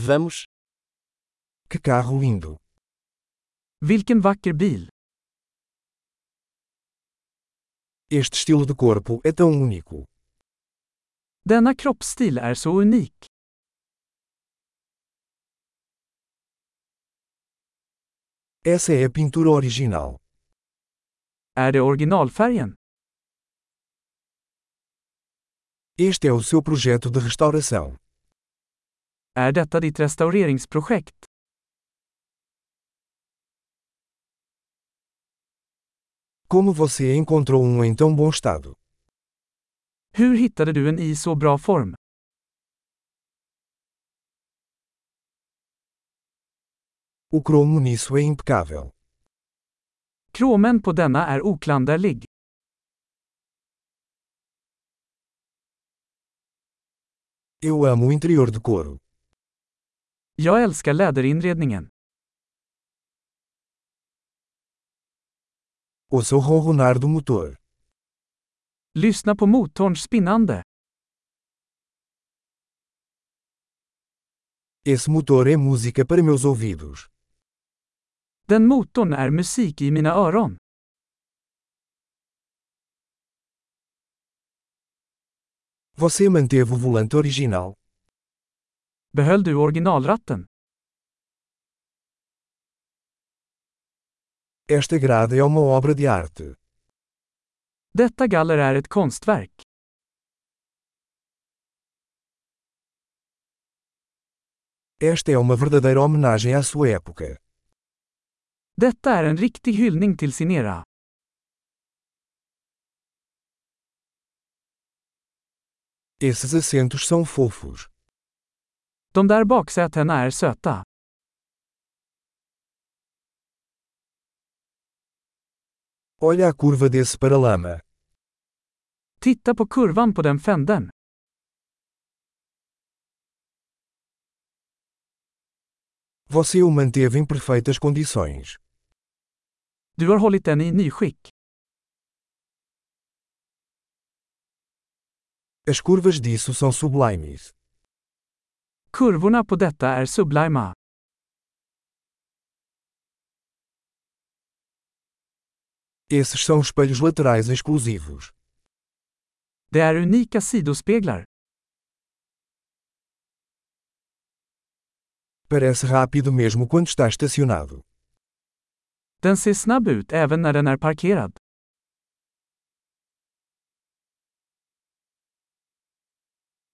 Vamos. Que carro lindo! Vilken vacker bil! Este estilo de corpo é tão único. Denna kroppsstil är så unik. Essa é a pintura original. Är det originalfärgen? Este é o seu projeto de restauração. Är detta ditt restaureringsprojekt? Como você encontrou um em tão bom estado? Hur hittade du en i så bra form? O cromo nisso é impecável. Kromen på denna är oklanderlig. Eu amo o interior de couro. Jag älskar läderinredningen. Ouça o ronronar do motor. Lyssna på motorns spinnande. Esse motor é música para meus ouvidos. Den motorn är musik i mina öron. Você manteve o volante original. Behöll du originalratten? Esta grade é uma obra de arte. Detta galler är ett konstverk. Esta é uma verdadeira homenagem à sua época. Detta är en riktig hyllning till sin era. Esses assentos são fofos. De där baksätena är söta. Olha a curva desse paralama. Titta på kurvan på den fänden. Você o manteve em perfeitas condições. Du har hållit den i nyskick. As curvas disso são sublimes. Kurvorna på detta är sublima. Esses são espelhos laterais exclusivos. Det är unika sidospeglar. Parece rápido mesmo quando está estacionado. Den ser snabb ut även när den är parkerad.